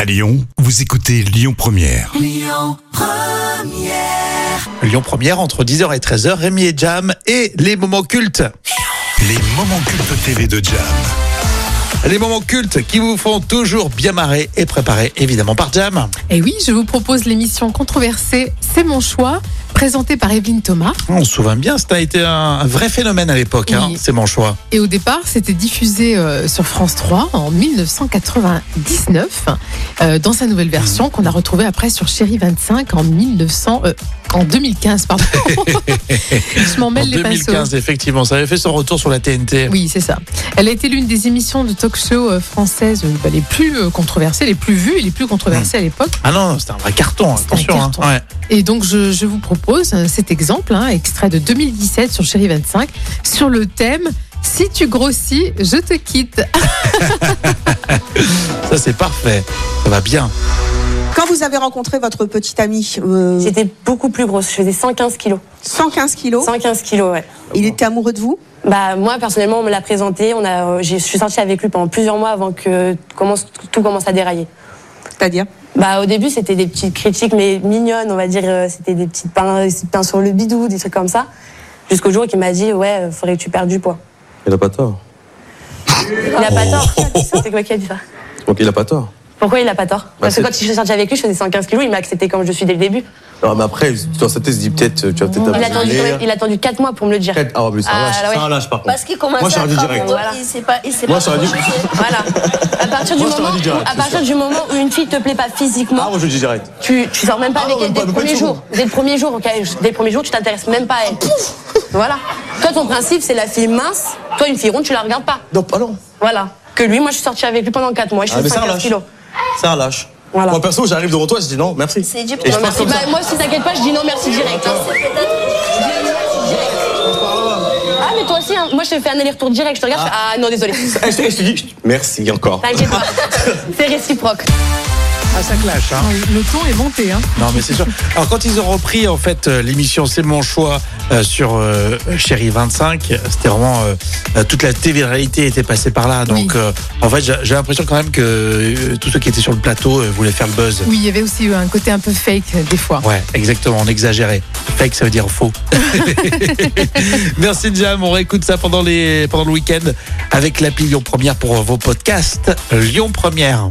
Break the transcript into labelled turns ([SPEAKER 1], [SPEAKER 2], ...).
[SPEAKER 1] À Lyon, vous écoutez Lyon Première.
[SPEAKER 2] Lyon Première, entre 10h et 13h, Rémi et Jam et les moments cultes.
[SPEAKER 1] Les moments cultes TV de Jam.
[SPEAKER 2] Les moments cultes qui vous font toujours bien marrer et préparés évidemment par Jam.
[SPEAKER 3] Et oui, je vous propose l'émission controversée C'est mon choix, présentée par Evelyne Thomas.
[SPEAKER 2] On se souvient bien, ça a été un vrai phénomène à l'époque, hein,
[SPEAKER 3] Oui.
[SPEAKER 2] c'est mon choix.
[SPEAKER 3] Et au départ, c'était diffusé euh, sur France 3 en 1999, euh, dans sa nouvelle version qu'on a retrouvée après sur Chéri 25 en 1900, euh, en 2015, pardon. je m'en
[SPEAKER 2] En
[SPEAKER 3] mêle les pinceaux.
[SPEAKER 2] 2015, effectivement, ça avait fait son retour sur la TNT.
[SPEAKER 3] Oui, c'est ça. Elle a été l'une des émissions de talk-show euh, françaises euh, bah, les plus euh, controversées, les plus vues et les plus controversées à l'époque.
[SPEAKER 2] Ah non, c'était un vrai carton,
[SPEAKER 3] C'était un
[SPEAKER 2] attention. hein.
[SPEAKER 3] carton.
[SPEAKER 2] Ouais.
[SPEAKER 3] Et donc, je, je vous propose euh, cet exemple, hein, extrait de 2017 sur Chéri 25, sur le thème Si tu grossis, je te quitte.
[SPEAKER 2] Ça, c'est parfait. Ça va bien.
[SPEAKER 4] Quand vous avez rencontré votre petite amie, euh,
[SPEAKER 5] J'étais beaucoup plus grosse, je faisais 115 kilos.
[SPEAKER 4] 115 kilos,
[SPEAKER 5] 115 kilos, ouais.
[SPEAKER 4] il était amoureux de vous
[SPEAKER 5] Bah moi personnellement on me l'a présenté, on a, euh, j'ai- je suis sortie avec lui pendant plusieurs mois avant que commence, tout commence à dérailler.
[SPEAKER 4] C'est-à-dire
[SPEAKER 5] Bah au début c'était des petites critiques mais mignonnes, on va dire, euh, c'était des petites pains, des petits pains sur le bidou, des trucs comme ça. Jusqu'au jour qu'il m'a dit ouais euh, faudrait que tu perdes du poids.
[SPEAKER 6] Il a pas tort.
[SPEAKER 5] Il a pas tort. C'est quoi qui a dit ça
[SPEAKER 6] Donc il a pas tort.
[SPEAKER 5] Pourquoi il a pas tort Parce que
[SPEAKER 6] c'est-
[SPEAKER 5] quand je suis sortie avec lui je faisais 115 kilos, il m'a accepté comme je suis dès le début.
[SPEAKER 6] Non, mais après, dans sa tête, il se dit peut-être, tu vas peut-être
[SPEAKER 5] Il a attendu, quand même-
[SPEAKER 6] abandonner.
[SPEAKER 5] il a attendu 4 mois pour me le dire.
[SPEAKER 6] Ah, mais c'est un
[SPEAKER 5] Ah,
[SPEAKER 6] lâche,
[SPEAKER 5] là, ouais.
[SPEAKER 6] c'est un lâche, par contre.
[SPEAKER 7] Parce qu'il commence
[SPEAKER 6] Moi, je
[SPEAKER 7] à
[SPEAKER 6] t'aurais dit direct.
[SPEAKER 7] prendre- Il s'est pas, il s'est
[SPEAKER 6] Moi,
[SPEAKER 7] pas
[SPEAKER 6] je t'aurais dit-
[SPEAKER 7] reproché.
[SPEAKER 5] Voilà. À partir du
[SPEAKER 6] Moi, je t'aurais
[SPEAKER 5] moment,
[SPEAKER 6] dit direct,
[SPEAKER 5] à
[SPEAKER 6] c'est
[SPEAKER 5] partir du moment où une fille te plaît pas
[SPEAKER 6] Ah,
[SPEAKER 5] physiquement,
[SPEAKER 6] moi, je le dis direct.
[SPEAKER 5] tu, tu sors même pas
[SPEAKER 6] Ah
[SPEAKER 5] avec
[SPEAKER 6] non,
[SPEAKER 5] elle
[SPEAKER 6] même
[SPEAKER 5] dès
[SPEAKER 6] pas,
[SPEAKER 5] le
[SPEAKER 6] même pas
[SPEAKER 5] premier
[SPEAKER 6] une
[SPEAKER 5] jour.
[SPEAKER 6] seconde.
[SPEAKER 5] Dès le premier jour, ok, dès le premier jour, tu t'intéresses même pas à elle. voilà. Toi, ton principe, c'est la fille mince. Toi, une fille ronde, tu la regardes pas.
[SPEAKER 6] Non, pas non.
[SPEAKER 5] Voilà. Que lui, moi, je suis sortie avec lui pendant 4 mois. Je
[SPEAKER 6] Ah,
[SPEAKER 5] suis
[SPEAKER 6] mais c'est un
[SPEAKER 5] 50
[SPEAKER 6] lâche.
[SPEAKER 5] kilos.
[SPEAKER 6] C'est un lâche.
[SPEAKER 5] Voilà.
[SPEAKER 6] Moi, perso, j'arrive devant toi, je dis non, merci.
[SPEAKER 7] C'est du
[SPEAKER 6] Et je
[SPEAKER 7] Non,
[SPEAKER 6] passe
[SPEAKER 5] Merci.
[SPEAKER 6] comme
[SPEAKER 5] Bah,
[SPEAKER 6] ça.
[SPEAKER 5] moi, si t'inquiète pas, je dis non merci direct. hein.
[SPEAKER 7] C'est peut-être-
[SPEAKER 5] Ah, mais toi aussi, hein. moi, je te fais un aller-retour direct. Je te regarde, je fais, ah non, désolé.
[SPEAKER 6] Eh, je te- je te dis chut, merci encore.
[SPEAKER 5] T'inquiète pas. C'est réciproque.
[SPEAKER 2] Ah, ça clash, hein.
[SPEAKER 3] Le ton est monté. Hein.
[SPEAKER 2] Non, mais c'est sûr. Alors, quand ils ont repris, en fait, euh, l'émission C'est mon choix euh, sur euh, Chéri 25, c'était vraiment. euh, euh, toute la télé-réalité était passée par là. Donc,
[SPEAKER 3] Oui.
[SPEAKER 2] euh, en fait, j'ai j'ai l'impression quand même que euh, tous ceux qui étaient sur le plateau euh, voulaient faire le buzz.
[SPEAKER 3] Oui, il y avait aussi euh, un côté un peu fake euh, des fois.
[SPEAKER 2] Ouais, exactement, on exagérait. Fake, ça veut dire faux. Merci Jam, on réécoute ça pendant, les, pendant le week-end avec l'appli Lyon Première pour vos podcasts Lyon Première.